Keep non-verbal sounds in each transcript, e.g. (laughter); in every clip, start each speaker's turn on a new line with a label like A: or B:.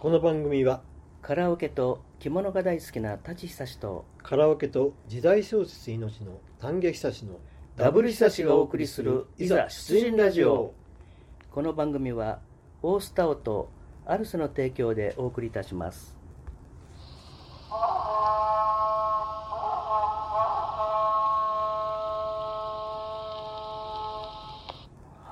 A: この番組は
B: カラオケと着物が大好きな舘久志と
A: カラオケと時代小説命の丹下久志の
B: ダブル久志がお送りするいざ出陣ラジオこの番組はオースタオとアルスの提供でお送りいたします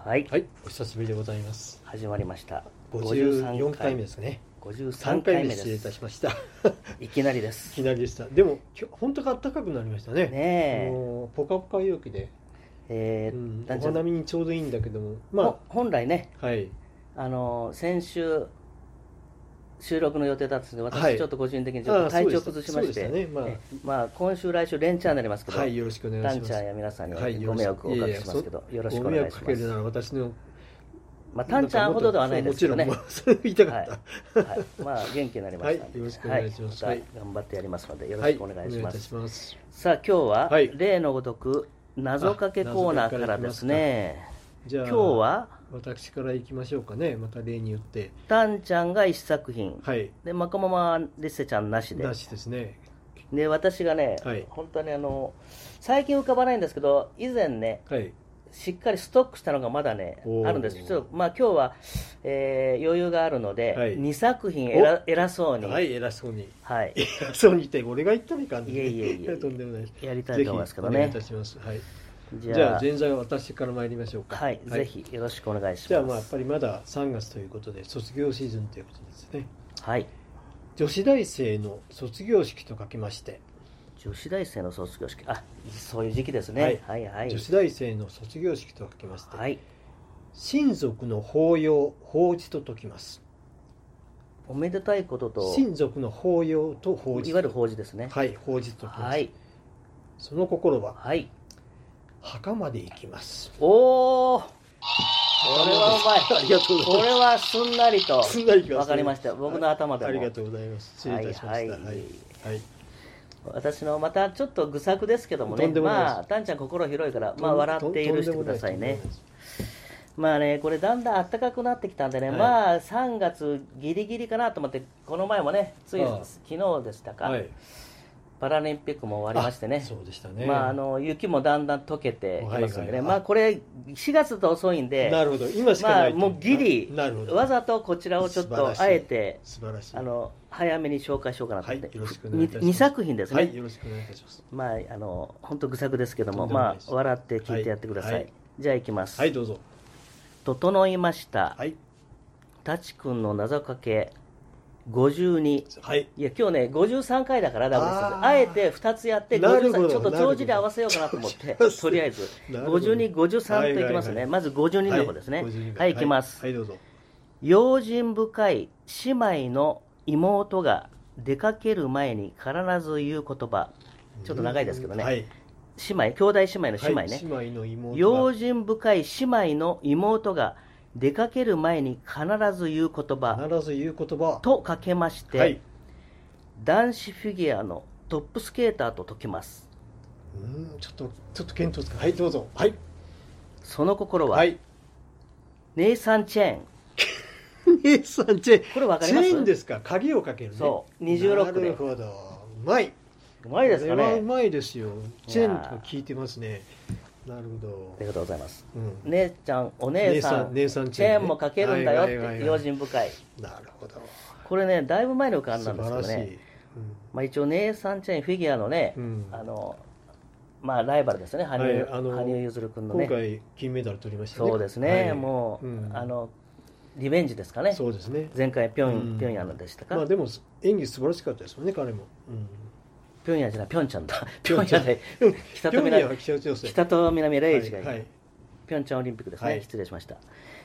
B: はい、
A: はいお久しぶりでございます
B: 始まりました
A: 54回目ですね
B: 53
A: 3
B: 回
A: 回
B: 目
A: 目
B: で
A: 失礼い
B: す
A: たしました (laughs) い
B: いきなりです
A: き (laughs)
B: ね
A: なりでしたでも今日本当が暖かくなりましたね
B: え
A: もうポカポカ陽気で、
B: え
A: う
B: ー
A: ん、
B: なん
A: お
B: ちゃ
A: 花見にちょうどいいんだけども
B: ほ
A: ま
B: 本来ね
A: あはい
B: あの先週収録の予定だったんですけど
A: は
B: 私
A: い
B: ちょっと個人的にちょっと体調崩しま
A: そうで
B: し
A: した
B: て、
A: ねま
B: えまあ、今週来週連チャンになりますけ
A: あ
B: ど、
A: はいよろしくお願い
B: ラ
A: し
B: ン
A: ま
B: チャー
A: す
B: や皆さんに
A: はい
B: ご迷惑をおかけしますけど、よろしくお
A: ご迷
B: 願い
A: 惑
B: し
A: か
B: ま
A: けるな
B: す。
A: ら私の
B: まあ、タンちゃんほどではないですけどね、
A: も
B: は
A: ちろん、それ言いた
B: い
A: かった。
B: はい、まあ元気になりましたん
A: は
B: で、
A: いよろしくお願いします
B: は
A: はい
B: い、また頑張ってやりますので、よろしくお願い
A: はい
B: します。
A: お願いいたします
B: さあ、今日は、
A: はい
B: 例のごとく、謎かけコーナーからですね、
A: じゃあ
B: 今日は、
A: 私から行きましょうかね。また例によって。
B: タンちゃんが1作品、
A: はい。
B: で、まこままリセちゃんなしで
A: な、しですね。
B: で私がね、
A: はい
B: 本当にあの最近浮かばないんですけど以前ね
A: はい。
B: しっかりストックしたのがまだね
A: おー
B: あるんですちょっとまあ今日は、えー余裕があるので、
A: はい
B: 2作品偉偉そうに、
A: は
B: はい
A: い、偉そうに。偉そうにって、俺が言ったらいかんね
B: いえいえいえ
A: とんでもないです。
B: やりた
A: ぜひ、
B: いと
A: お
B: 思いますけど
A: 願いい
B: ね
A: たします。はい。
B: じ
A: じ
B: ゃあ
A: ゃあ、前座は私から参りましょうか。
B: はい、ぜ。ひよろしくお願いします
A: じゃあ、まあ、やっぱりまだ3月ということで、卒業シーズンということですね。
B: はい、
A: 女子大生の卒業式と書きまして、
B: 女子大生の卒業式あそういう時期ですねはいはい
A: 女子大生の卒業式と書きまして、
B: はい
A: 親族の法要、法事と解きます。
B: おめでたいことと
A: 親族の法要と法事
B: いわゆる法事ですね
A: はい法事と解きます、
B: はい
A: その心は
B: はい
A: 墓まで行きます
B: おおこれはうまい
A: ありがとうございます
B: これはすんなりと
A: すんなり行きます
B: わかりました僕の頭でも
A: ありがとうございます失礼いたしました
B: はい
A: は
B: はいい
A: はい
B: 私のまたちょっと愚策ですけどもね
A: とんでもないです
B: まあたんちゃん心広いから、まあ、笑って許してください
A: と
B: ね
A: んでもなとんでもなです
B: まあねこれだんだん暖かくなってきたんでね、
A: はい
B: まあ3月ギリギリかなと思ってこの前もねつい
A: ああ
B: 昨日でしたか、
A: はい
B: パラリンピックも終わりましてね
A: そうでしたね
B: まあ、あの雪もだんだん溶けてきますんで
A: はいは
B: ね、
A: い
B: まあこれ4月と遅いんで
A: なるほど今しか
B: ま
A: な
B: あ
A: いと
B: もうギリ
A: なるほど
B: わざとこちらをちょっ
A: 素晴ら
B: と
A: しい
B: あえて
A: 素晴らしい
B: あの早めに紹介しようかなと
A: は
B: 思
A: い
B: って、
A: よろしくお願いいたします
B: 2作品ですね、
A: はいよろしくお願いいたします
B: まああの本当愚策ですけど
A: と
B: も
A: んでもない
B: ま
A: です
B: あ笑って聞いてやってください、
A: はいはい
B: じゃあいきます、
A: はいどうぞ
B: 整いました
A: はい
B: たちくんの謎かけ52
A: はい
B: いや今日ね53回だからダブルス
A: あー
B: あえて2つやって
A: なるほ
B: 53
A: ど
B: ちょっと帳尻合わせようかなと思って
A: なるほど (laughs)
B: とりあえず
A: なるほど
B: 5253といきま
A: はい
B: すね、
A: はいはい
B: まず52の方ですね
A: ご自由に
B: はい、いきます、
A: はいはいどうぞ
B: 用心深い姉妹の妹が出かける前に必ず言う言葉ちょっと長いですけどね、
A: はい
B: 姉妹兄弟姉妹の姉妹ね、
A: はい姉妹の妹
B: 用
A: が
B: 心深い姉妹の妹が出かける前に必ず言う言葉
A: 必ず言う言葉
B: とかけまして、
A: はい
B: 男子フィギュアのトップスケーターと解きます
A: うんちょっとちょっと検討つかはいどうぞはい
B: その心は、
A: はい
B: ネイサン・チェーン
A: 姉さんチェーン
B: これわかります
A: チェーンですか鍵をかけるね
B: そう26で
A: なるほどうまいう
B: まいですか
A: これはう
B: ね
A: まいですよチェーンとか聞いてますねなるほ
B: ありがとうございます
A: ど、うん、
B: 姉ちゃんお姉さん
A: 姉さん姉さんチ
B: チ
A: ェーンね
B: ェーンもかけるんだよっ
A: はいはいはいは
B: て
A: い
B: 用心深い
A: なるほど
B: これねだいぶ前の浮かんだ
A: 素
B: んで
A: 晴
B: すけ
A: ら
B: ど
A: しい
B: ね、まあ、一応ネイサン・チェーンフィギュアのね、
A: うん
B: あのまあライバルですよね羽生,、
A: はいあの
B: 羽生結弦君
A: うん
B: のね
A: 今回金メダル取りましたね
B: そうですね、
A: はい
B: もう、
A: ん
B: あのリベンジですかね、
A: そうですね
B: 前回ピョン、
A: うん
B: ピョンヤンでしたか、
A: まあでも演技素晴らしかったですもんね彼も、うん、
B: ピョンヤンじゃない、ピョンちゃんだ、
A: ピ
B: ピ
A: ョ
B: ョ
A: ン
B: ン
A: ちゃ
B: ヤ
A: ん
B: ンで、 (laughs) 北
A: ピ
B: と
A: ョンヤン
B: 南
A: は北朝鮮
B: 北と南レイジがいる、
A: はいはい
B: ピョンチャンオリンピックですね、
A: はい
B: 失礼しました。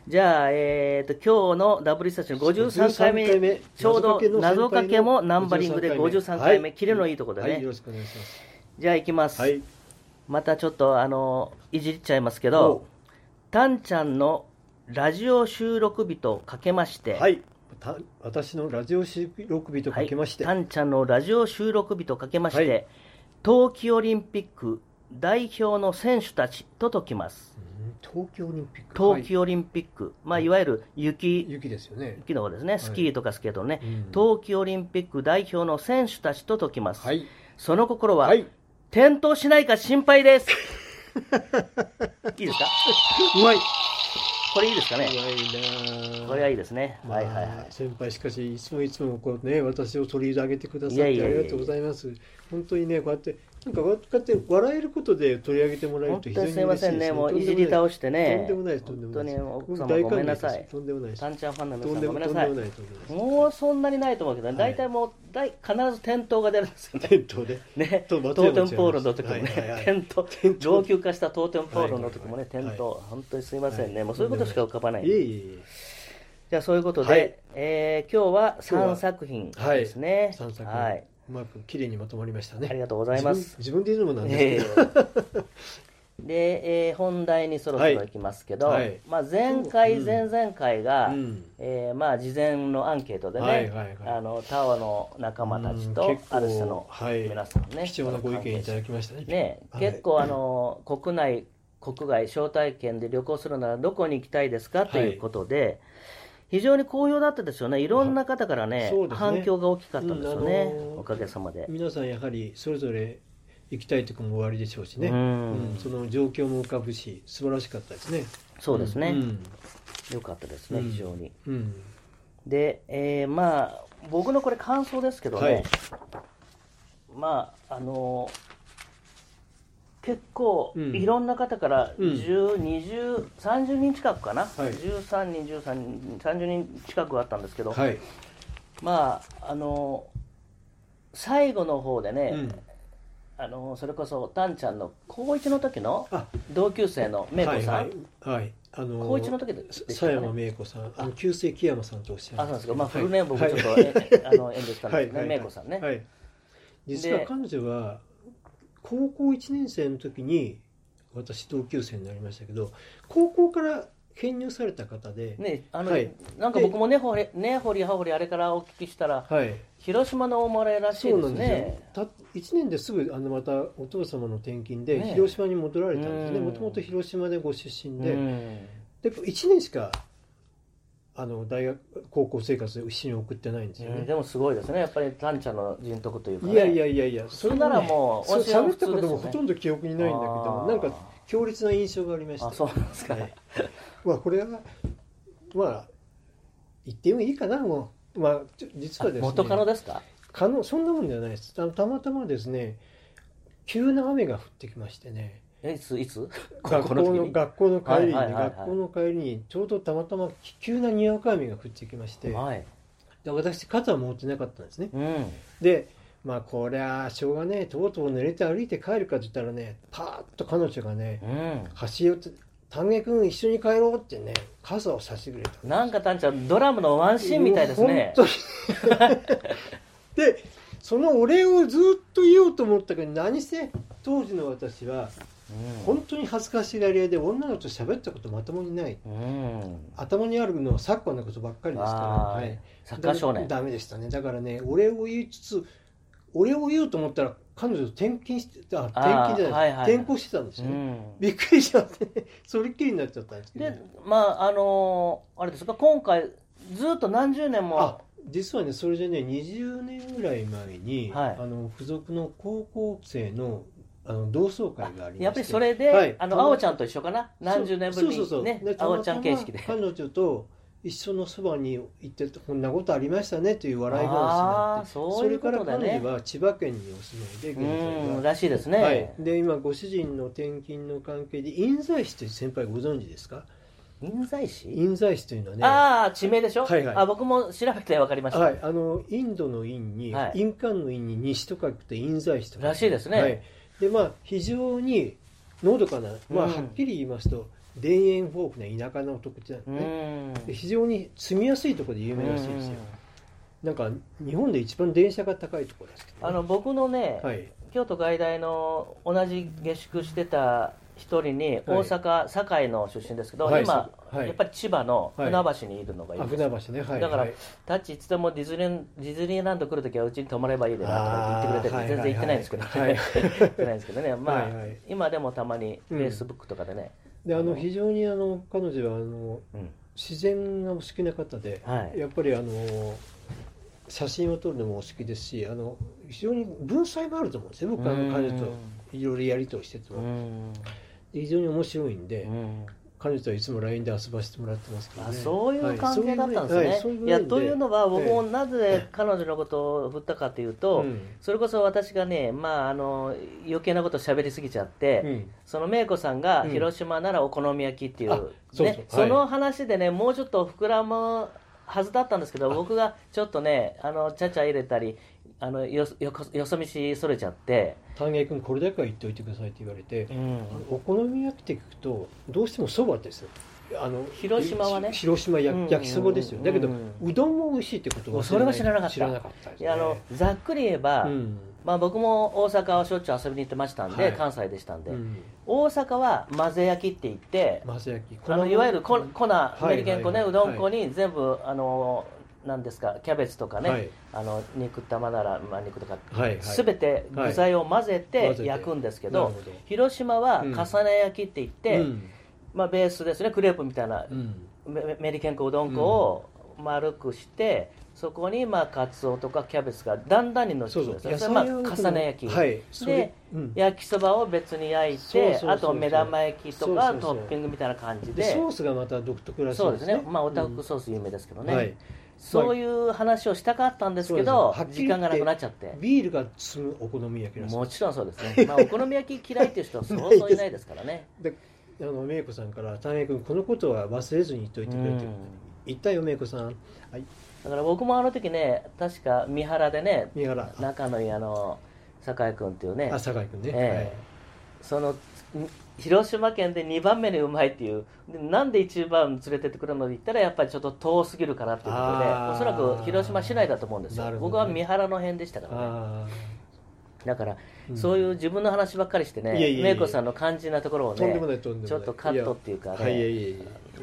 B: じゃあ、えー、と今日のダブルスタジオ53回目
A: 53回目
B: ちょうど
A: 謎
B: 謎
A: か
B: か
A: け
B: け
A: の
B: もナンバリングで53回目、
A: はい
B: キレのいいところでね、
A: はいよろしくお願いします
B: じゃあ、いきます、
A: はい
B: またちょっとあのいじっちゃいますけ
A: おう
B: ど、タンちゃんのラジオ収録日とかけまして、
A: はいた私のラジオ収録日とかけまして、
B: はい、タンちゃんのラジオ収録日とかけまして、
A: はい
B: 冬季オリンピック代表の選手たちと解きます。
A: うん東京オリンピック
B: 冬季オリンピック、まあ、いわゆる
A: はい
B: 雪、
A: 雪ですよね、
B: 雪の方ですね、スキーとかスケートのね、
A: うん
B: 冬季オリンピック代表の選手たちと解きます。
A: はい
B: その心は、
A: はい
B: 転倒しないか心
A: (laughs)
B: 配です。いいですか
A: うまい、
B: これいいですかね
A: うまいなあ
B: これはいいですね。
A: まあ
B: はいはいはい。
A: 先輩しかしいつもいつもこうね私を取り上げてくださっ
B: いやい
A: て
B: や
A: あ
B: いやいや
A: りがとうございます本当にねこうやってなんかこうやって笑えることで取り上げてもらえる
B: 本
A: と
B: 当
A: 非常に
B: に
A: 嬉しい
B: すいませんね、もういじり倒して
A: と
B: ね
A: んで。もないですとんでもないです
B: 本当に奥様
A: 大
B: ご
A: 歓
B: め
A: 迎
B: んな
A: です
B: さい。
A: とんでもないです
B: タンちゃんファンの
A: と
B: 皆
A: ん
B: さん
A: で
B: ご
A: も
B: めん
A: と
B: な
A: で
B: んさい
A: も。ないとんでもない
B: もうそんなにないと思うけどね、
A: はい
B: 大体もう大必ず転倒が出るんですよね。
A: テントで
B: ね、
A: と
B: ト
A: 松山
B: ー
A: ちゃいます
B: テンポールの時もね、
A: はいはいはい
B: 転倒
A: 転倒
B: 老朽化したトーテンポールの時も
A: はい
B: ね、
A: はいはい
B: 転倒、本当にすいません
A: は
B: ね、
A: い
B: もうそういうことしか浮かばない。
A: いえいえ
B: じ
A: いえ
B: ゃあそういうことで、
A: はい
B: えー今日は
A: 今日は
B: 3作品ですね。
A: 三作
B: はい、
A: うまく綺麗にまとまりましたね
B: ありがとうございます。
A: 自分自分で言うのもなん
B: え
A: ですけど、
B: ーで、えー本題にそろそろいきますけど、
A: はいはい
B: まあ、前回、
A: うん
B: 前々回が、
A: うん
B: えーまあ、事前のアンケートでね、
A: はいはいはい
B: あのタオの仲間たち
A: う
B: と
A: ん結構
B: アルシェの
A: はい
B: 皆さんね、
A: 貴重なご意見いただきましたね
B: ね、
A: はい
B: 結構あの国内国外招待券で旅行するならどこに行きたいですかということで、非常に好評だったですよねいろんな方からね,、
A: そうですね
B: 反響が大きかったんですよね、
A: うんあのー
B: おかげさまで、
A: 皆さんやはりそれぞれ行きたいとこもおありでしょうしね、
B: うん
A: うんその状況も浮かぶし素晴らしかったですね。
B: そうですね、
A: うん
B: よかったですね、
A: うん
B: 非常に
A: うん
B: で、えーまあ僕のこれ感想ですけどね、
A: はい
B: まああの結構
A: うん
B: いろんな方から
A: うん
B: 10、20、30人近くかな、
A: はい
B: 13人、13人、30人近くあったんですけど、
A: はい、
B: まああの最後の方でね、
A: うん
B: あのそれこそタンちゃんの高一の時の
A: あ
B: 同級生のメイコさ
A: は
B: ん、
A: いはい、はい、あの
B: 高一の時でしたかね
A: 佐山芽子さん、あの旧姓木山さんとおっしゃい
B: あそうなんですけど、まあ、フル
A: ね
B: ネーム僕ちょっと、えあの演説したんですけどね、メイコさんね。
A: はい、実は
B: で
A: 彼女は高校一年生の時に私同級生になりましたけど、高校から編入された方で、
B: ねあの
A: はい
B: なんか僕もねほれねほりはほりあれからお聞きしたら
A: はい。
B: 広島のお生まれらしい
A: そうな
B: です
A: んですよ
B: ね。
A: た1年ですぐあのまたお父様の転勤で
B: ねえ
A: 広島に戻られたんですね
B: うん
A: もともと広島でご出身で,、
B: うん
A: で1年しかあの大学高校生活を一緒に送ってないんですよ
B: うん
A: ね、
B: でもすごいですねやっぱりタンちゃんの人徳というか、ね、
A: いやいやいやいや
B: それならもう
A: そう
B: 私は
A: 喋
B: 普
A: った
B: 通
A: こと
B: ですよ
A: も
B: ね
A: ほとんど記憶にないんだけど
B: あー
A: なんか強烈な印象がありました
B: あそうなんですか、
A: はいまあこれはまあ言ってもいいかなもうまあちょ実はですね
B: 元カノですか
A: 可能そんなもんじゃないですたたまたまですね急な雨が降ってきましてね
B: えいつ
A: (laughs)
B: いつ
A: 学校の
B: 学
A: 学校の帰りに、
B: はいはいはいはい
A: 学校の帰りにちょうどたまたま急なにわか雨が降ってきまして、
B: はい、
A: で私傘を持ってなかったんですね
B: うん、
A: でまあこりゃあしょうがねえとうとう濡れて歩いて帰るかって言ったらねパーッと彼女がね
B: う
A: 橋寄って「丹下君一緒に帰ろう」ってね傘を差してくれた
B: ん、なんかタンちゃんドラムのワンシーンみたいですね
A: もう本当に (laughs) でそのお礼をずっと言おうと思ったけど何せ当時の私は
B: うん
A: 本当に恥ずかしがり屋で女の子と喋ったことまともにない
B: うん
A: 頭にあるのは昨今のことばっかりですから、
B: あー
A: はい、
B: サッカー少年
A: ダメダメでしたねだからねお礼を言いつつお礼を言おうと思ったら彼女転勤してあ転勤じゃない、
B: はいはい
A: 転校してたんです
B: う
A: よね、
B: ん
A: びっくりしちゃってねそれっきりになっちゃったんですけどね、
B: でまああのーあれですか今回ずっと何十年
A: あ
B: も
A: 実はねそれでね20年ぐらい前に、
B: はい
A: あの付属の高校生のあの同窓会がありまして
B: やっぱりそれで、
A: はい
B: あの
A: たま
B: 青ちゃんと一緒かな何十年ぶりにね
A: そうそうそうでたまた
B: 青
A: ま
B: ちゃん形式で
A: 彼女と一緒のそばに行ってこんなことありましたねという笑い話に
B: あ
A: な
B: あー
A: って
B: そういうこと
A: それ
B: だ
A: から彼
B: ね
A: 女は千葉県にお住まいで現
B: う
A: 在
B: ん
A: は、
B: らしいですね、
A: はい、で今ご主人の転勤の関係で印西市という先輩ご存知ですか
B: 印西市、
A: 印西市というのはね
B: ああ地名でしょ、
A: はいはい
B: あ僕も調べて分かりました、
A: はい、あのインドの印に、
B: はい
A: 印鑑の印に西と書くと印西市と書く
B: らしいですね
A: はい、でまあ非常にのどかな、まあ、
B: うん
A: はっきり言いますと、田園豊富な田舎の特徴なんです
B: う
A: ね、
B: ん
A: で非常に住みやすいところで有名らしいですよ、なんか日本で一番電車が高いところですけど
B: あ
A: ね、
B: の僕のね、
A: はい
B: 京都外大の同じ下宿してた一人に大阪、堺の出身ですけど、
A: はい
B: 今、
A: はい
B: やっぱり千葉の船橋にいるのがいい
A: あ
B: です、
A: 船橋ねはい
B: だから
A: はい
B: タッチいつでもディズニーディズニーランド来るときはうちに泊まればいいでなとか言ってくれ
A: あー
B: て全然行ってないんですけど、ね
A: はいはい
B: (laughs) 行ってないんですけどね、まあ
A: はいはい
B: 今でもたまに
A: う
B: フ
A: ん
B: ェイスブックとかでね、
A: であの非常にあの彼女はあの
B: うん
A: 自然がお好きな方で、
B: はい
A: やっぱりあの写真を撮るのもお好きですしあの非常に文才もあると思うんですよ僕あの彼女といろいろやり取りしてて
B: う
A: も、
B: ん
A: で非常に面白いんで、
B: うん
A: 彼女とはいつも LINE で遊ばせてもらってますけど、
B: あ
A: ね、
B: そういう関係だったんですね。
A: はい
B: い
A: そういう
B: や
A: 面
B: というのは僕もなぜ彼女のことを振ったかというと、
A: うん
B: それこそ私がね、まあ、あの余計なことを喋りすぎちゃって、
A: うん
B: その芽衣子さんが
A: うん
B: 広島ならお好み焼きっていう、
A: あ
B: ね
A: そうそうはい
B: の話でねもうちょっと膨らむはずだったんですけど僕がちょっとねあのちゃちゃ入れたりあのよよこよそ道それちゃって、
A: 丹下君これだけは言っておいてくださいって言われて、お好み焼きって聞くとどうしてもそばですよあの
B: 広島はね
A: ひ広島
B: うんうんう
A: 焼
B: ん
A: き焼きそばですよだけどうどんも美味しいってこと
B: もうそれは知らなかった
A: 知らなかったです
B: い
A: ね
B: やあのざっくり言えば、
A: うん
B: まあ、僕も大阪はしょっちゅう遊びに行ってましたんで、
A: はい
B: 関西でしたんで、
A: うん
B: 大阪は混ぜ焼きって言って、
A: 混ぜ焼き
B: あのいわゆる
A: こ
B: こ
A: の
B: 粉アメリケン粉ね、
A: はいは
B: う
A: い
B: どん粉に全部あのなんですかキャベツとかね、
A: はい
B: あの肉玉なら、まあ、肉とか
A: はいはい
B: すべて具材を混ぜ
A: はい
B: て
A: 混ぜて
B: 焼くんですけ
A: な
B: ど,、
A: るほど
B: 広島は
A: うん
B: 重ね焼きって言って、
A: うん
B: まあ、ベースですねクレープみたいな、
A: うん
B: メメメリケン粉うどん粉を丸くして、そこにまあカツオとかキャベツがだんだんに乗って
A: そ
B: く
A: う
B: る
A: そ
B: ん
A: う
B: ですよそれまあ
A: 野菜
B: 重ね焼き、
A: はいそれ
B: で
A: うん
B: 焼きそばを別に焼いて
A: そうそうそうそう
B: あと目玉焼きとか
A: そうそうそう
B: トッピングみたいな感じで
A: でソースがまた独特らしい
B: そうですねまあオタ
A: うん
B: クソース有名ですけどね、
A: はい
B: そういう話をしたかったんですけど、
A: そうです
B: 時
A: ねは
B: 間
A: っきり言って
B: がなくなっちゃって
A: ビールが進むお好み焼きらしい
B: もちろんそうで
A: (laughs)
B: すね、まあ、お好み焼き嫌いっていう人はそうそういないですからね
A: であのメイコさんから「丹下君このことは忘れずに言っといてくれ」って
B: うん
A: 言ったよメイコさんはい
B: だから僕もあの時ね確か三原でね
A: 三原あ
B: 仲のいいあの酒井君っていうね
A: あ酒井君ね、
B: えそのん広島県で2番目にうまいっていうでなんで一番連れてってくるのって言ったらやっぱりちょっと遠すぎるからっていうことで
A: あー
B: おそらく広島市内だと思うんですよ、
A: なるほどね
B: 僕は三原の辺でしたからね
A: あ
B: だから、
A: うん
B: そういう自分の話ばっかりしてね
A: いえいえいえ
B: めいこさんの肝心なところ
A: あ
B: を
A: とん
B: ね
A: でもないとんでもない
B: ちょっとカットっていうか
A: いやはいいえ
B: ね
A: いえい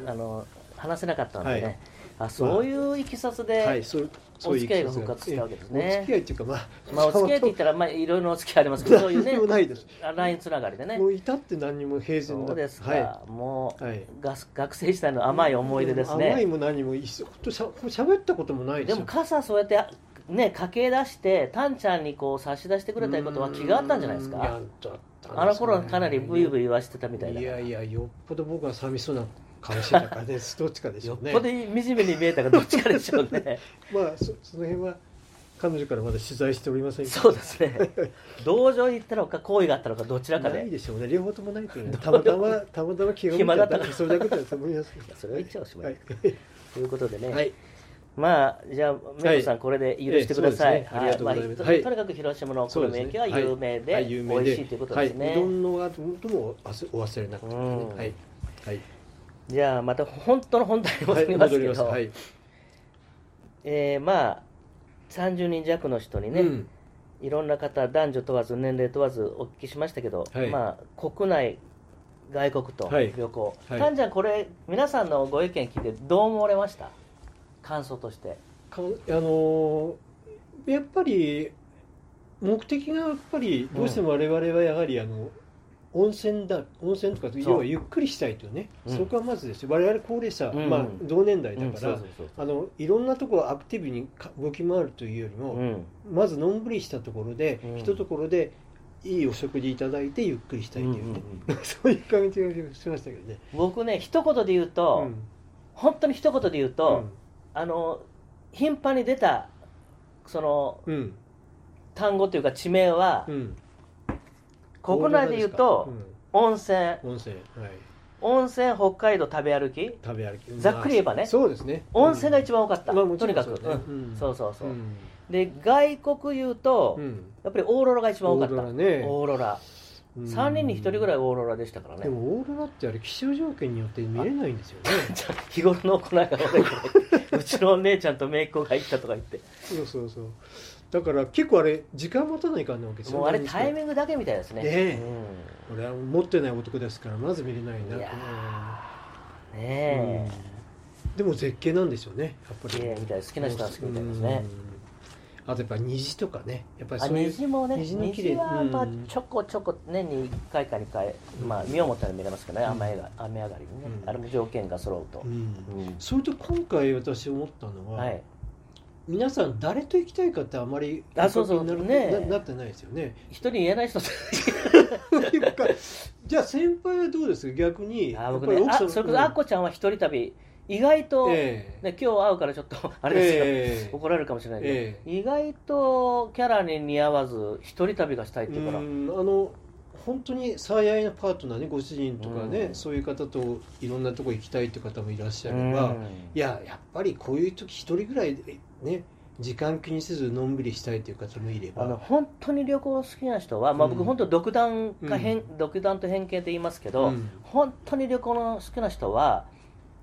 B: あの話せなかったんでね、
A: はい
B: あそういういきさ
A: え
B: つで、
A: はいそうそういう
B: お付き合いが復活したわけですね
A: ええお付き合いっていうかまあ
B: まあ、お付き合いって言ったら、まあ、いろいろなお付き合いありますけどそういう
A: 何もな
B: ね
A: いです
B: あラインつながりでね
A: もう至って何にも平然な
B: そうですか、
A: は
B: もう、
A: はい
B: が学生時代の甘い思い出ですね
A: 甘いも何も一緒ほんとしゃ喋ったこともない
B: で
A: です
B: も
A: よ
B: 傘そうやってね駆け出してタンちゃんにこう差し出してくれたことは気があったんじゃないです
A: うーんいや
B: か
A: だったんですね
B: あの頃はかなりブイブイ言わしてたみたいだ
A: い
B: から
A: やいやよっぽど僕は寂しそうな顔してたからね
B: (laughs)
A: どっちかでし
B: よ
A: ょ
B: っ
A: うね
B: ぽど惨めに見えたかどっちかでしょ
A: (laughs)
B: うね
A: まあそその辺は彼女からまだ取材しておりませんけど
B: そうですね同情に行ったのか好意があったのかどちらか
A: ない
B: で
A: でしょうね両方ともないというねたまたまたまたま気が向い
B: 暇だったから
A: それだけだと思います
B: それは言っちゃおしまい
A: はい
B: ということでね、
A: はい
B: まあじゃあメイコさん、これで許してください、
A: ええそうですねありがとうございます
B: は
A: は
B: あ、
A: い
B: とにかく広島のお好み焼きは
A: (laughs) そうですね
B: 有名で、
A: はい有名で
B: 美味しいということですね、
A: はいうどんのあともあすお忘れなくてね
B: うん
A: はいはい
B: じゃあまた本当の本題に
A: は
B: 戻
A: い
B: りますけど、
A: はい
B: えーまあ30人弱の人にね、
A: うん
B: いろんな方男女問わず年齢問わずお聞きしましたけど、
A: はい
B: まあ国内外国と
A: はい
B: 旅行、
A: はい
B: タンちゃんこれ皆さんのご意見聞いてどう思われました感想として
A: かあのーやっぱり目的がやっぱりどうしても我々はやはりあの温泉だ温泉とか
B: う
A: 要はゆっくりしたいというね
B: うん
A: そこはまずですよ我々高齢者、
B: うん
A: まあ、同年代だ
B: うん
A: か
B: そ
A: ら、
B: うそうそう
A: あのいろんなところアクティブにか動き回るというよりも、
B: うん
A: まずのんびりしたところで、
B: うん
A: ひとところでいいお食事いただいてゆっくりしたいというね、
B: うん
A: (laughs) そういう感じがしましたけどね。
B: 僕ね一言で言うと、
A: うん
B: 本当に一言で言う
A: う
B: と、
A: ん
B: あの頻繁に出たその
A: うん
B: 単語というか地名は、
A: うん
B: 国内で言うと、
A: 大阪です
B: 温泉
A: かうん温泉はい
B: 温泉北海道食べ歩き
A: 食べ歩き
B: ざっくり言えばね
A: そうですね
B: 温泉が一番多かった、
A: まあもち
B: と
A: ろ
B: に
A: ん
B: かく
A: そうだね
B: う
A: うんん
B: そうそうそう、
A: うん
B: で外国言うと、
A: うん
B: やっぱりオーロラが一番多かった
A: オーロラね
B: オーロラ
A: うん
B: 3人に1人ぐらいオーロラでしたから
A: で
B: ね (laughs)
A: もオーロラってあれ気象条件によって見れないんですよね
B: 日頃の行いが悪いからうちのお姉ちゃんと姪っ子が行ったとか言って
A: そうそうそうだから結構あれ時間持たないかんなわけですよ
B: もうあれ
A: 何日
B: タイミングだけみたいですね
A: ねえ
B: う
A: 俺は持ってない男ですからまず見れないなと
B: いや
A: う
B: んね
A: ん
B: え、
A: でも絶景なんですよねやっぱり
B: 綺麗みたいです好きな人は好きみたいですね
A: うんあとやっぱ虹とかねやっぱり
B: あ
A: そういう
B: 虹もね
A: 虹
B: 虹
A: も綺麗
B: はまあ
A: うん
B: ちょこちょこ年に1回か2回、まあ身をもったら見れますけどね
A: うん
B: 雨が雨上がりにね、
A: うん
B: あれも条件が揃うと、
A: うん
B: うん
A: それと今回私思ったのは、
B: はい
A: 皆さん誰と行きたいかってあまり
B: あそうそう
A: 明確にな
B: ね
A: ななってないですよね。
B: 一人言えない人
A: っていうかじゃあ先輩はどうです逆に
B: あ僕ねあそれこそあっこちゃんは一人旅意外と、ね
A: ええ
B: 今日会うからちょっと (laughs) あれですよ、
A: ええ
B: 怒られるかもしれないけど、
A: え
B: 意外とキャラに似合わず一人旅がしたいっていうから、
A: うんあの本当に最愛のパートナーねご主人とかね、
B: うん
A: そういう方といろんなとこ行きたいって方もいらっしゃ
B: う
A: れ
B: ん
A: ば、いややっぱりこういう時一人ぐらいね時間気にせずのんびりしたいという方もいれば
B: あの本当に旅行好きな人は、まあ、
A: う
B: 僕
A: ん
B: 本当独断か偏、
A: う
B: 独断と偏見で言いますけど、
A: うん
B: 本当に旅行の好きな人は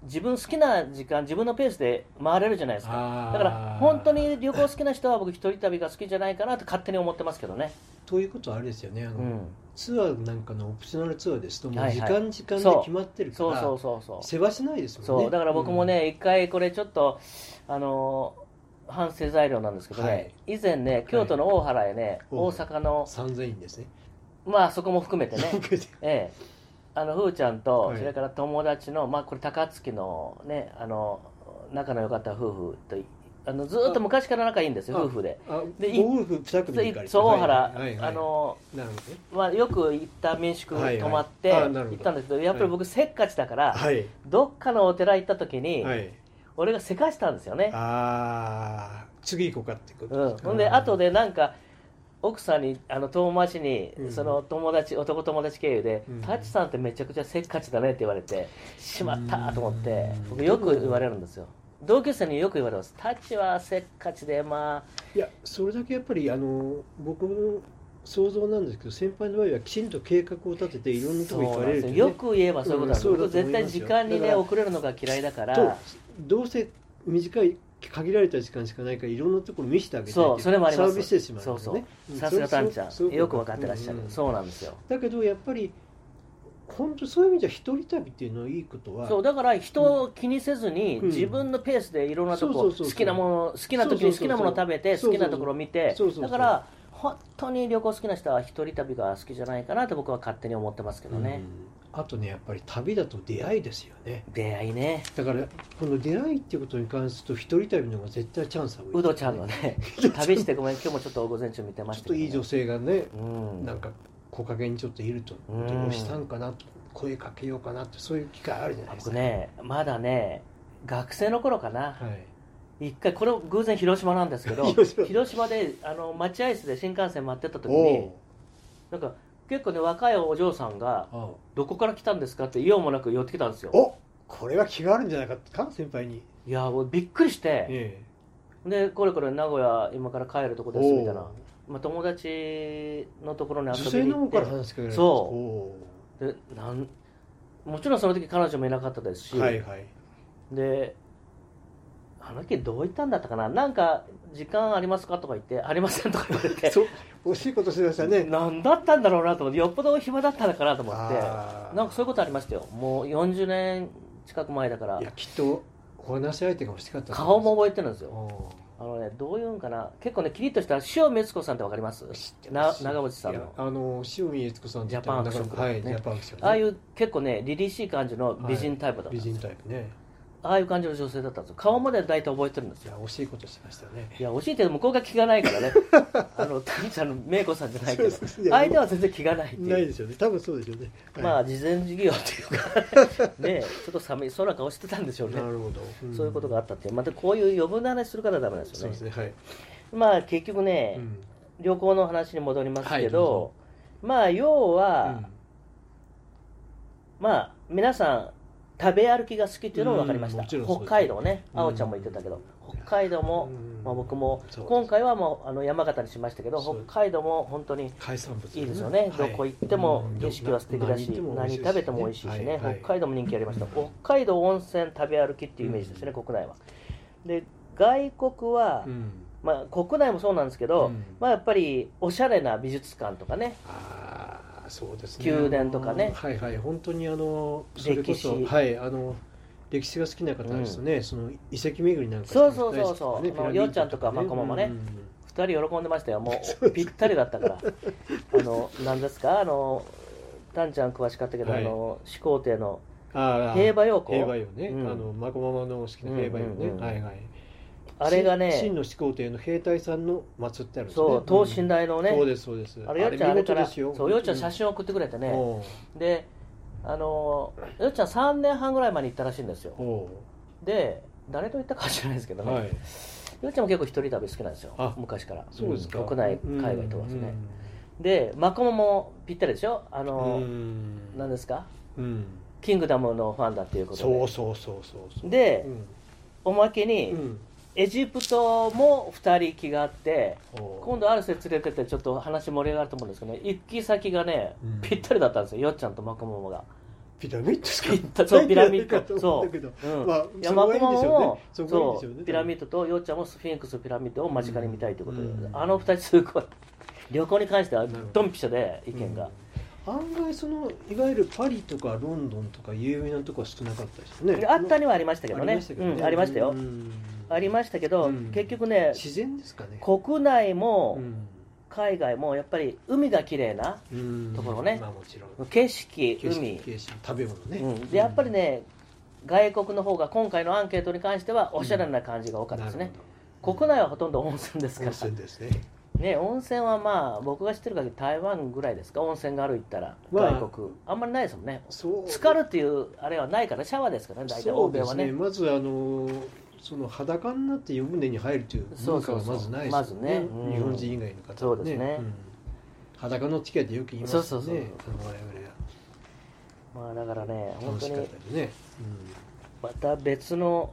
B: 自分好きな時間自分のペースで回れるじゃないですか
A: あー
B: だから本当に旅行好きな人は僕一人旅が好きじゃないかなと勝手に思ってますけどね、
A: ということはあれですよねあの、
B: うん、
A: ツアーなんかのオプショナルツアーですとも
B: は
A: う
B: い
A: 時
B: はい
A: 間時間で
B: そう
A: 決まってるか
B: そうそ
A: ら
B: うそうそう
A: 世話しないですもんね
B: そうだから僕もね、一回これちょっとあのー反省材料なんですけどね、
A: はい
B: 以前ね京都の大原へね、
A: 大
B: 大
A: 原
B: 阪の
A: 3000円ですね
B: まあそこも
A: (laughs)
B: 含めてねええあのふーちゃんと、
A: はい
B: それから友達のまあこれ高槻のねあの仲の良かった夫婦とあのずーっと昔から仲いいんですよ
A: あ
B: 夫婦で
A: あ
B: でい
A: ご夫婦2組で行かれて
B: そう大原、
A: はいはい
B: あの
A: なるほどね
B: まあ、よく行った民宿
A: はいはい
B: 泊まって
A: あなるほど
B: 行ったんですけど,、やっぱり僕せっかちだから、
A: はい
B: どっかのお寺行った時に、
A: はい
B: 俺がせかしたんですよね
A: ああ次行こうかってこと
B: うん、ほんで後でなんか奥さんにあの遠回しに、
A: うん
B: その友達男友達経由で、
A: うん
B: タッチさんってめちゃくちゃせっかちだねって言われてしまったーと思って
A: うん
B: 僕よく言われるんですよ同級生によく言われますタッチはせっかちでま
A: いやそれだけやっぱりあの僕の想像なんですけど先輩の場合はきちんと計画を立てていろん
B: あ
A: なとこ行
B: そう
A: か
B: なん
A: れ
B: で
A: ると
B: すよ
A: ね
B: よく言えばそういうことなんです、
A: うんそうだと
B: 僕
A: 思い
B: 絶
A: ますよ
B: 対時間に
A: だ
B: ね
A: から
B: 遅れるのが嫌いだから
A: とどうせ短い限られた時間しかないからいろんなところ見せてあげてってい
B: そうそれもあります
A: サービスしてしまうんだよね
B: そうそう
A: うん
B: さすがタンちゃ
A: それ
B: んよく分かってらっしゃる、
A: うんうん
B: そうなんですよ
A: だけどやっぱり本当そういう意味じゃ一人旅っていうのはいいことは
B: そうだから人を気にせずに、
A: うん
B: 自分のペースでいろんなとこ
A: そう
B: 好
A: そうそうそう
B: きなもの好きな時
A: そうそうそうそ
B: に好
A: う
B: きなもの食べて
A: そう
B: 好
A: そう
B: き
A: そう
B: なところを見て
A: そうそうそう
B: だから本当に旅行好きな人は一人旅が好きじゃないかなと僕は勝手に思ってますけどね、
A: うんあとねやっぱり旅だと出会いですよね
B: 出会いね
A: だからこの出会いっていうことに関すると一人旅の方が絶対チャンスは多いですね
B: ウドちゃんの
A: (laughs)
B: ね旅してごめん今日もちょっと午前中見てま
A: ちょ
B: し
A: った
B: け
A: と
B: ど、ね、
A: いい女性がね
B: うん
A: なんか木陰にちょっといると
B: うん
A: どうしたんかなと声かけようかなってそういう機会あるじゃないです
B: 僕
A: か
B: ねまだね学生の頃かな
A: はい
B: 一回これ偶然広島なんですけど
A: (laughs) 広島
B: 広島であの待合室で新幹線待ってた
A: お
B: 時に
A: う
B: なんか結構ね若いお嬢さんが
A: ああ
B: どこから来たんですかって言おうもなく寄ってきたんですよ
A: おこれは気があるんじゃないかか先輩に
B: いやもうびっくりして
A: え
B: でこれこれ名古屋今から帰るとこ
A: え
B: ですみたいな
A: お、
B: まあ、友達のところに
A: う
B: 遊
A: 女
B: び
A: 性
B: に
A: の
B: 行っ
A: 方
B: て
A: から話しかけられた
B: そうん
A: です
B: でなんもちろんその時彼女もいなかったですし、
A: おうはいはい
B: であの時どう言ったんだったかななんか時間ありますかとか言ってありませんとか言われて
A: (laughs) そう惜しいことしてましたね
B: 何だったんだろうなと思ってよっぽど暇だったのかなと思って
A: あー
B: なんかそういうことありましたよもう40年近く前だから
A: いやきっとお話し相手が欲しかったと
B: 顔も
A: 思
B: 覚えてるんですよ
A: うん
B: あのね、どういうんかな、結構ね、キリッとした塩美悦子さんってわかります
A: 知ってま
B: な
A: す
B: 長渕さん
A: いや
B: の。
A: あの塩見悦子さんって言ったら
B: ジャパンアクション
A: なかなかはいジ
B: ね
A: ャパンアクションね
B: ああいう結構ね、凛々しい感じの美人タイプだったん
A: 美
B: ですよ、
A: 人タイプね
B: ああいう感じの女性だったんですよ。顔まで大体覚えてるんです
A: い
B: よ。
A: や惜しいことしてましたね
B: いや、惜しいけど向こうが気がないか
A: (laughs)
B: らね。あの、タミちゃんのメイコさんじゃないけど、
A: そうそういや
B: 相手は全然気がないって
A: ない
B: いう。
A: ですよね多分そうですよね
B: ま
A: は
B: あ、事前事業っていうか、 (laughs) ね、ちょっと寒い空顔してたんでしょう
A: い
B: ね
A: な。るほどん
B: そういうことがあったっていう。またこういう余分な話するからダメなんです
A: そ
B: よ
A: う
B: ね
A: です。ねはい
B: まあ、結局ね、
A: うん
B: 旅行の話に戻りますけ
A: はいど
B: ど、まあ要は、まあ皆さん食べ歩きが好きっていうのも分かりまし
A: う
B: た、
A: んもちろんそう
B: 北
A: です
B: 海道ね
A: うん
B: あおちゃんも言ってたけど、北海道も、
A: うん
B: まあ、僕も
A: そうです
B: 今回はもうあの山形にしましたけど
A: そうです
B: 北海道も本当に
A: 海産物
B: いいですよね、
A: はい
B: どこ行っても
A: うん
B: 景色は素敵だし、
A: 何行っても美味
B: 何
A: しいですね
B: 食べても美味しいしね、
A: はいはい
B: 北海道も人気ありました、北海道温泉食べ歩きっていうイメージですね、国内は。で外国は、
A: うん
B: まあ、国内もそうなんですけど、
A: うん
B: まあ、やっぱりおしゃれな美術館とかね
A: ああそうですね
B: 宮殿とかね
A: はいはい本当にあのそれこそ
B: 歴史
A: はいあの歴史が好きな方ですとね、その遺跡巡りなんか
B: そうそうそうそう
A: してみたいですね
B: あのよっちゃんとか
A: ピラミッド
B: マコマもね
A: うん
B: 2人喜んでまし
A: (laughs)
B: たよもうぴったりだったからあの何ですかあのタンちゃん詳しかったけど、
A: はい
B: あの始皇帝の
A: ああ
B: 平和陽子
A: 平和よね、
B: うん
A: あのマコママの好きな平和よね、
B: うんうんうん
A: はいはい
B: あれが
A: 真真
B: ね
A: の始皇帝の兵隊さんの祀ってあるんですね
B: そう等身大のね、
A: そうですそうです
B: あれよっちゃんあれから
A: 見事ですよ
B: そうよっちゃん写真を送ってくれてね、
A: おう
B: であのよっちゃん3年半ぐらい前に行ったらしいんですよ
A: お
B: で誰と行ったかは知らないですけど
A: う
B: ね、
A: はい
B: よっちゃんも結構一人旅好きなんですよ
A: あ
B: 昔から
A: そうですか、
B: うん国内海外問わずね、
A: う
B: でマコモもぴったりでしょあ
A: んう
B: の、
A: ん
B: 何ですか
A: うん
B: キングダムのファンだっていうことで
A: そうそうそうそうそう
B: で
A: うん
B: おまけに、
A: うん
B: エジプトも2人気があって
A: おう
B: 今度アルセ連れてってちょっと話盛り上がると思うんですけどね行き先がね、
A: うん
B: ぴったりだったんですよよっちゃんとマコ
A: (laughs)
B: モモが、
A: ピラミッドですか
B: ピラそうピラミッ
A: (laughs)
B: ド
A: かと思った
B: (laughs)
A: けど
B: うん
A: まあ
B: いや
A: そ
B: マ
A: こ
B: コ
A: がいいん
B: モ
A: で
B: モ
A: すよね
B: も
A: そこがいいんです
B: そ
A: よね
B: うピラミッドとよっちゃんもスフィンクスピラミッドを間近に見たいということで、
A: うん
B: あの2人すごい旅行に関してはドンピシャで意見が、
A: うん案外そのいわゆるパリとかロンドンとか有名なとこは少なかったですよね
B: あったにはありましたけど
A: あり
B: ね
A: ましたけどね
B: うん、ありましたよ、
A: うん
B: ありましたけど、
A: うん
B: 結局ね
A: 自然ですかね
B: 国内も
A: うん
B: 海外もやっぱり海が綺麗な
A: うん
B: ところね
A: まあもちろん
B: 景色
A: 景色
B: 海
A: 景色食べ物ね、
B: うん、でやっぱりね、外国の方が今回のアンケートに関してはおしゃれな感じが多
A: うん
B: かったです
A: な
B: ね、
A: るほど
B: 国内はほとんど温泉ですか
A: 温
B: ら
A: 泉ですね
B: ね、温泉はまあ僕が知ってる限り台湾ぐらいですか温泉がある行ったら
A: まあ
B: 外国あんまりないですもんね
A: そう
B: 浸かるっていうあれはないからシャワーですからね大体
A: そ
B: 欧
A: うで
B: 米は
A: すね
B: ね
A: まずあのその裸になって湯船に入るという文化はまずないですよ
B: そうそうそうまずねうん
A: 日本人以外の方はね
B: そうですね
A: ん裸の付き合いってよく言いますよね
B: そうそうそう
A: あの我々
B: まあだからね
A: は
B: 本
A: 楽
B: 当
A: しかっ
B: に
A: たりね、
B: また別の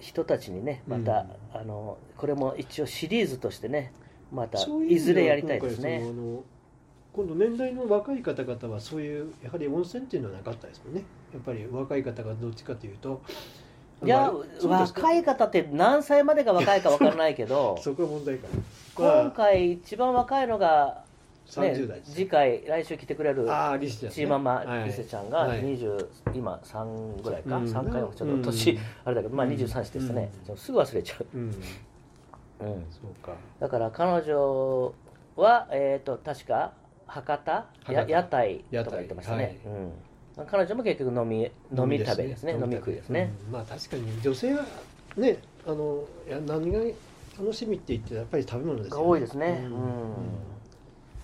B: 人たちにねまた、あのこれも一応シリーズとしてねま
A: うん
B: た
A: そういう意
B: い
A: 味
B: ず
A: で
B: れや
A: は
B: りた
A: 今
B: い
A: 回
B: で
A: そ
B: す
A: の
B: ね
A: あの今度年代の若い方々はそういうやはり温泉っていうのはなかったですもんねやっぱり若い方がどっちかというと
B: いや
A: まあそうですか
B: 若い方って何歳までが若いか分からないけ
A: (laughs)
B: ど
A: そこが問題か
B: 今回一番若いのが、
A: 三
B: ね
A: 十代、ですね
B: 次回来週来てくれる
A: ああリスちゃんね
B: チーマ
A: は
B: マ
A: い
B: 伊勢ちゃんが
A: はい
B: 20今3ぐらいか
A: うん
B: 3回もちょ
A: う
B: っ
A: ん
B: と年あれだけどまあ
A: うん
B: 23歳でしたね
A: うん
B: ちょっとすぐ忘れちゃ
A: うん
B: う
A: そうか
B: だから彼女はえっと確か博多や
A: 博多
B: 屋台とか言ってましたね
A: 屋
B: うん彼女も結局飲み飲み食べですね飲み食いですね、
A: うんまあ確かに女性はねあのいや何が楽しみって言ってやっぱり食べ物ですよ
B: が多いですね
A: うん
B: うん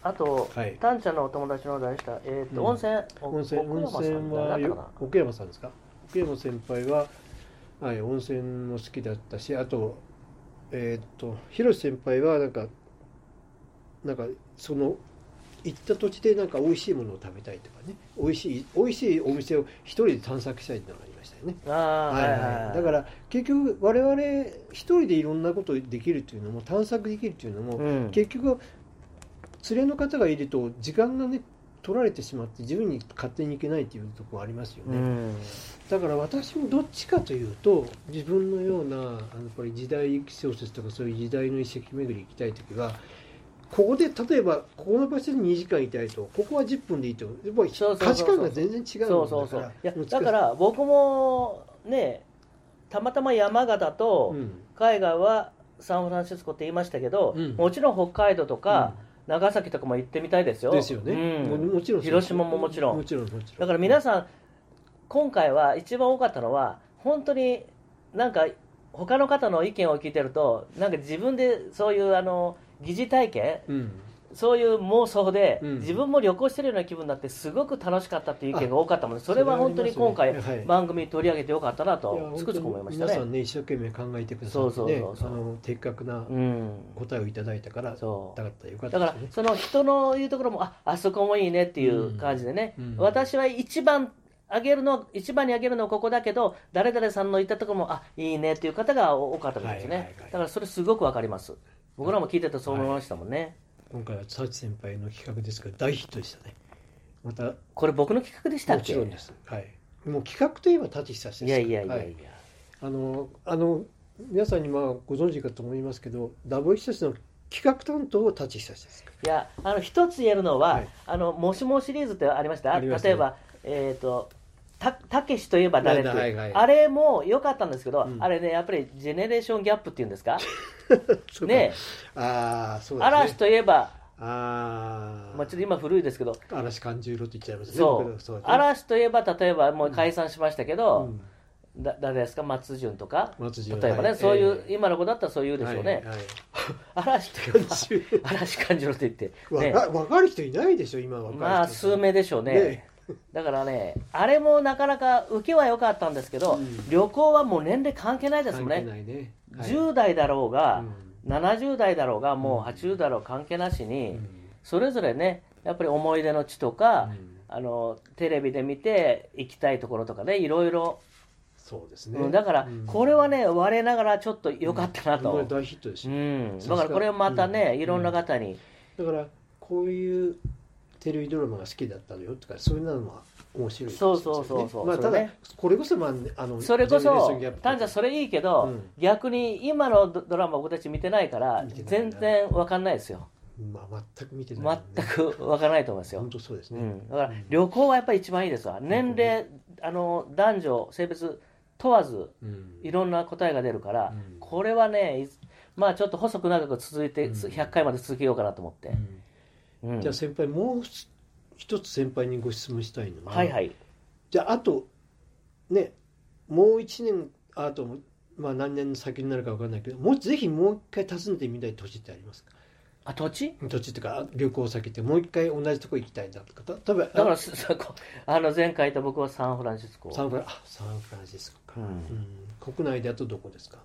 B: あと
A: はい
B: タンちゃんのお友達の誰でしたえっと
A: うん
B: 温泉お
A: 温泉
B: 奥
A: 温
B: 山さ
A: 泉
B: ん
A: は
B: だったかな
A: よ奥山さんですか奥山先輩は、はい、温泉も好きだったしあとえーっと広瀬先輩はなんかなんかその行った土地でなんか美味しいものを食べたいとかね美味しい美味しいお店を一人で探索したいっていうのがありましたよね
B: ああ
A: はいはいだから結局我々一人でいろんなことできるっていうのも探索できるっていうのも、
B: うん
A: 結局連れの方がいると時間がね取られてしまって自分に勝手に行けないっていうところありますよ
B: う
A: ね、
B: ん
A: だから私もどっちかというと自分のようなあのやっぱり時代小説とかそういう時代の遺跡巡り行きたい時はここで例えばここの場所で2時間いたいとここは10分でいいとやっぱり
B: そうそうそうそう
A: 価値観が全然違う
B: そ
A: も
B: うんそうそういや
A: もう
B: だから僕もねたまたま山形と
A: うん
B: 海外はサンフランシスコって言いましたけど、
A: うん
B: もちろん北海道とか長崎とかも行ってみたいですよ
A: ですよね、
B: う
A: も
B: ん
A: もちろんそう
B: 広島ももちろん
A: もちろんもちろん
B: だから皆さん今回は一番多かったのは本当になんか他の方の意見を聞いてるとなんか自分でそういうあの疑似体験
A: うん
B: そういう妄想で、
A: うん
B: 自分も旅行してるような気分になってすごく楽しかったっていう意見が多かったもんでそれは本当に今
A: それは
B: 回
A: ありますよねはい
B: 番組取り上げてよかったない
A: や
B: とつくづく思いました
A: 本当に皆さ
B: ね。
A: んね一生懸命考えてくださ
B: そう
A: って
B: そう
A: ね
B: そうそ
A: あ
B: う
A: の的確な
B: うん、
A: 答えをいただいたから、
B: そ
A: だったらよか
B: う
A: っ
B: だ
A: た
B: か
A: で
B: ら
A: すね
B: その人の言うところもああそこもいいねっていう感じでね、
A: うんうん
B: 私は一番あげるの一番にあげるのはここだけど誰々さんの言ったところもあいいねっていう方が多かったみたいですね、
A: はいはいはい
B: だからそれすごくわかります僕らも聞いててそう思いましたもんね、
A: 今回はサーチ先輩の企画ですが大ヒットでしたねまた
B: これ僕の企画でしたっ
A: も
B: け
A: ちろんですはいもう企画といえば舘久志です
B: いやいやいやいや、
A: はいあのあの皆さんにまあご存知かと思いますけどダボ施設の企画担当を立ち久志です。
B: いやあの一つ言えるのは、
A: はい
B: あのもしもシリーズってありました
A: ありました
B: 例えばえっ、とたたけしといえば誰っていう、
A: はいはいはい
B: あれも良かったんですけど、
A: うん
B: あれねやっぱりジェネレーションギャップっていうんですか
A: そうか
B: ね
A: ああそうですね。
B: 嵐といえば、
A: ああ。
B: まあ、ちょっと今古いですけど
A: 嵐感じろって言っちゃいますね。
B: そう
A: 僕そうだね
B: 嵐といえば例えばもう解散しましたけ
A: う
B: ど、
A: ん
B: だ誰ですか松潤とか
A: 松
B: 例
A: 潤
B: えばね、
A: はい
B: そういう、
A: ええ
B: 今の子だったらそう言うでしょうね、
A: はいはい
B: 嵐といえば嵐感じろって言って、
A: (laughs) わ
B: (laughs) ね、
A: か若い人いないでしょ今若い人。
B: まあ数名でしょうね
A: ね
B: だからねあれもなかなか受けは良かったんですけど、
A: うん
B: 旅行はもう年齢関係ないですもん
A: 関係
B: ね
A: ないね。はい
B: 10代だろうが、
A: う
B: 70代だろうが
A: う
B: も
A: ん
B: う80だろう関係なしに、
A: ん
B: それぞれねやっぱり思い出の地とか、
A: うん
B: あのテレビで見て行きたいところとかねいろいろ、
A: そうです
B: う
A: ね。
B: んだから
A: うん
B: これはね我ながらちょっと良かったなと、
A: こ
B: う
A: れ
B: ん
A: 大ヒットですよ。さす
B: だ
A: が
B: からこれはまたね、
A: うん
B: いろんな方に、
A: だからこういうテレビドラマが好きだったのよとかそういうのも面白いですよね
B: そうそうそうそう
A: まあ
B: それ
A: た
B: ね
A: だこれこそまああの
B: それこ
A: ジェネレーショ
B: そ
A: ンギャップ
B: 丹ちゃんそれいいけど、
A: うん
B: 逆に今のドドラマ僕たち見てないから
A: 見てない
B: 全
A: な
B: 然わかんないですよ
A: まあ全く見てないもんね
B: 全くわからないと思いますよ
A: 本、当そうです
B: う
A: ね。
B: ん、だから
A: うん
B: 旅行はやっぱり一番いいですわ年齢あの男女性別問わず
A: うん
B: いろんな答えが出るから、
A: うん
B: これはねいつまあちょっと細く長く続いて
A: うん
B: 100回まで続けようかなと思って、うん
A: じゃあ先輩もう一つ先輩にご質問したいの
B: はいはい
A: じゃああとねもう一年あとまあ何年先になるかわかんないけどもうぜひもう一回訪ねてみたい土地ってありますか
B: あ土地
A: 土地っていうか旅行先ってもう一回同じとこ行きたいなとかた多分
B: だからす (laughs) そこあの前回と僕はサンフランシスコ
A: サンフランあサンフランシスコか、
B: うん
A: うん国内だとどこですか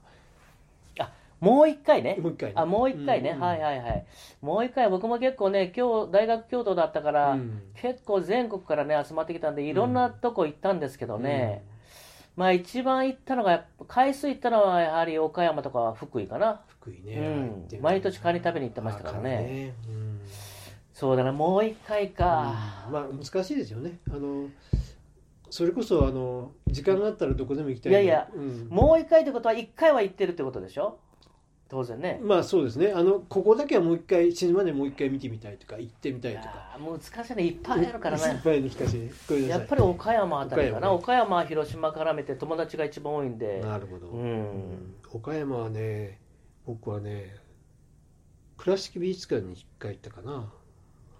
B: もう一回ね
A: もう一回ね、
B: あもう一回ね、
A: ん
B: はいはいはいもう一回僕も結構ね今日大学京都だったか
A: う
B: ら、
A: ん
B: 結構全国からね集まってきたんでいろんなとこ行ったんですけどね、まあ一番行ったのがやっぱ回数行ったのはやはり岡山とか福井かな
A: 福井ね、
B: うん
A: 入ってる
B: 毎年カニ食べに行ってましたから
A: あ
B: ね
A: カニねうん
B: そうだなもう一回か、
A: うんまあ難しいですよねあのそれこそあの時間があったらどこでも行きたい
B: いやいや、
A: うん
B: もう一回ってことは一回は行ってるってことでしょ当然ね、
A: まあそうですねあのここだけはもう一回死ぬまでもう一回見てみたいとか行ってみたい
B: い
A: とか
B: やーもう難しいねいっぱいあるから
A: いっ
B: ね
A: ぱいあるのしかしごめんなさ
B: や
A: い
B: っぱり岡山あたりかな
A: 岡
B: 岡山広島絡めて友達が一番多いんで
A: なるほど、
B: う
A: うん
B: ん
A: 岡山はね僕はね倉敷美術館に一回行ったかな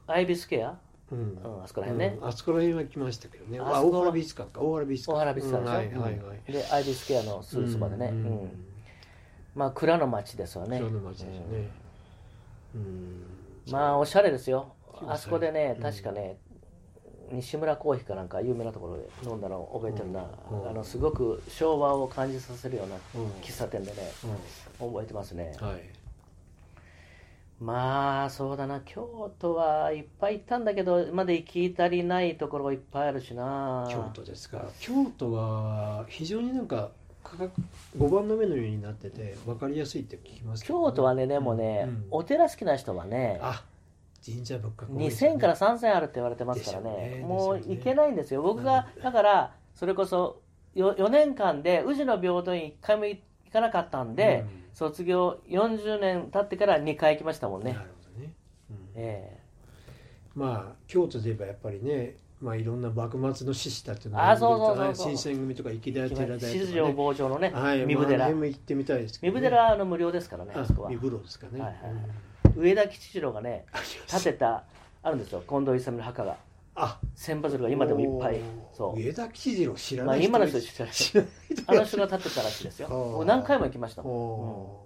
B: アイビスケア、
A: うん
B: うん、あそこら辺ね、
A: うんあそこら辺は来ましたけどね
B: あ
A: あ
B: そ
A: 大
B: こは
A: 原美術館か大原美術館
B: 大原美術館でしょ
A: うんはいはいはい
B: でアイビスケアのすぐそばでね、
A: う
B: うんん
A: うん
B: まあ蔵の町ですわね
A: 今日の街ですねうん
B: まあおしゃれですよ
A: そう
B: あそこでね
A: うん
B: 確かね、西村コーヒーかなんか有名なところで飲んだのを覚えてるな、
A: うん
B: あのすごく昭和を感じさせるような
A: うん
B: 喫茶店でね覚えてますね、
A: うんはい
B: まあそうだな京都はいっぱい行ったんだけどまだ行き足りないところいっぱいあるしな
A: 京都ですか京都は非常になんか価格5番の目のようになってて分かりやすいって聞きますけどね
B: 京都はねでもね、
A: うん
B: お寺好きな人はね
A: あ神社仏閣多いですよ
B: 2000
A: ね
B: から3000あるって言われてますからね
A: ですよね
B: もう
A: ですよね
B: 行けないんですよ僕が
A: う
B: だからそれこそよ4年間で宇治の平等に1回も行かなかったんで、
A: うん
B: 卒業40年経ってから2回行きましたもんね
A: な、るほどね、うん
B: え
A: まあ京都で言えばやっぱりねまあいろんな幕末の志士たちの
B: あそうそうそうそう
A: 新選組とか池
B: え
A: 田寺田とか
B: 七条
A: ね
B: 坊城のね
A: はい
B: 三
A: ま
B: 部
A: ああの
B: 寺
A: 辺も行ってみたいですけ
B: 三
A: ど
B: 部
A: ね
B: 寺はあの無料ですからねあ
A: あ
B: そこは
A: 三風呂ですかね
B: はいはいはい
A: うん
B: 上田吉次郎が (laughs) ね
A: あります
B: 建てたあるんですよ近藤勇の墓が
A: あ
B: 千羽鶴が今でもいっぱい
A: おー
B: そう
A: 上田吉次郎知ら
B: ま
A: な
B: あ
A: い人
B: 今の人
A: い
B: 知らない
A: 知らない人
B: あの人が建てたらしいです
A: (laughs)
B: よ
A: あー
B: もう何回も行きましたもん
A: お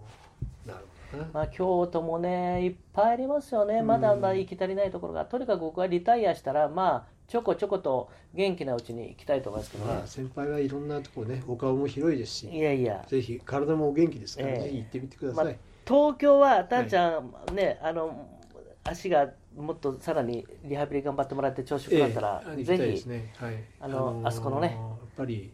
A: ーなるほどな
B: まあ、京都もね、いっぱいありますよね、まだまだ行き足りないところが、とにかく僕はリタイアしたら、まあ、ちょこちょこと元気なうちに行きたいと思いますけどね
A: まあ、先輩はいろんなとこねお顔も広いですし
B: いやいや、
A: ぜひ体もお元気ですから、
B: ええ
A: ぜひ行ってみてください、
B: ま東京は、たんちゃん、ね、あの足がもっとさらにリハビリ頑張ってもらって、調子良くなったら、
A: ええ行きたい
B: ぜ
A: です
B: ひ、
A: ねはい、
B: あのあそこのね
A: やっぱり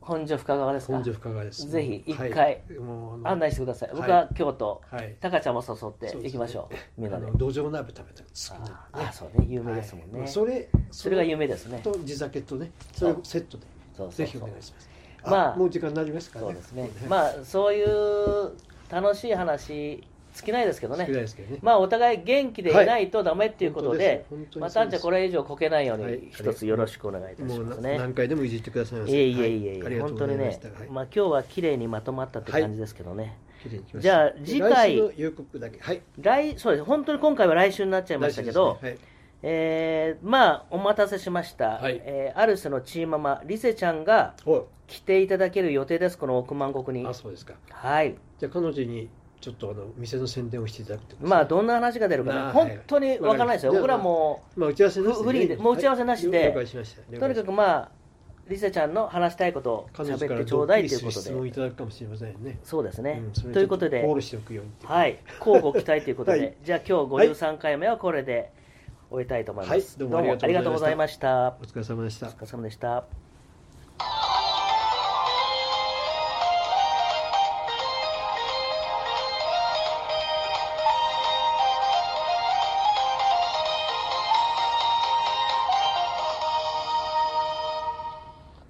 B: 本所深川ですか
A: 本所、深川です、
B: ぜひ一回
A: はいもうあの
B: 案内してください、
A: はい
B: 僕は京都、
A: はい
B: タカちゃんも誘って行きましょう、みんな
A: あ
B: で
A: の。土壌鍋食べたんです
B: あーあー、そうね、有名ですもんね、
A: はいまあ
B: そ
A: それ
B: れが有名ですね。
A: と地酒とねそれをセットで
B: そうそうそ
A: ぜ
B: う
A: ひお願いします
B: まあ
A: もう時間になりますかね
B: そうです
A: (laughs)
B: ねまあそういう楽しい話尽きないですけど
A: 少ない
B: ね
A: ですけどね
B: まあお互い元気でいないとダメっていうことで,、
A: 本当です
B: またじゃあこれ以上こけないよう
A: はい
B: に一つよろしくお願いいたし
A: も
B: ます
A: う
B: ね、
A: 何回でもいじってくださいま
B: い
A: せ
B: えいえいえいえ、
A: はいありがとうご
B: 本当
A: ざい
B: に
A: まし
B: ね
A: た、はい
B: まあ今日は綺麗にまとまったって感じですけどね、
A: 綺麗に来ました
B: じゃあ次回
A: 来週の予告だけはい
B: 来そうです本当に今回は来週になっちゃいましたけど、
A: 来週ですね
B: えーまあお待たせしました、
A: はい
B: えーアルスのチーママリセちゃんが
A: はいお
B: 来ていただける予定ですこの億万石に
A: あそうですか
B: はい
A: じゃあ彼女にちょっとあの店の宣伝をしていただくってことですね
B: まあどんな話が出るかね
A: なあ
B: 本当にわからないですよ
A: はい
B: 僕らも
A: まあ打ち合わせなし
B: ふフリーでもう打ち合わせなしで
A: はい了解しました
B: とにかくまあリセちゃんの話したいことを
A: 彼女か
B: 喋っ
A: ら
B: てちょうだい
A: ド
B: と
A: ッ
B: いう
A: キリ
B: こ
A: す
B: と
A: る質問を
B: で
A: いただくかもしれませんね
B: そうですね、
A: うんそれ
B: ということ
A: ちょっフォロー
B: で
A: しておくようにって
B: はいい交互期待ということで、
A: はい
B: じゃあ今日53回目はこれで終えたいと思います、
A: はいどうもありがとうございました
B: どうもありがと
A: うお疲れ
B: うございました
A: 様でした
B: お疲れ様でした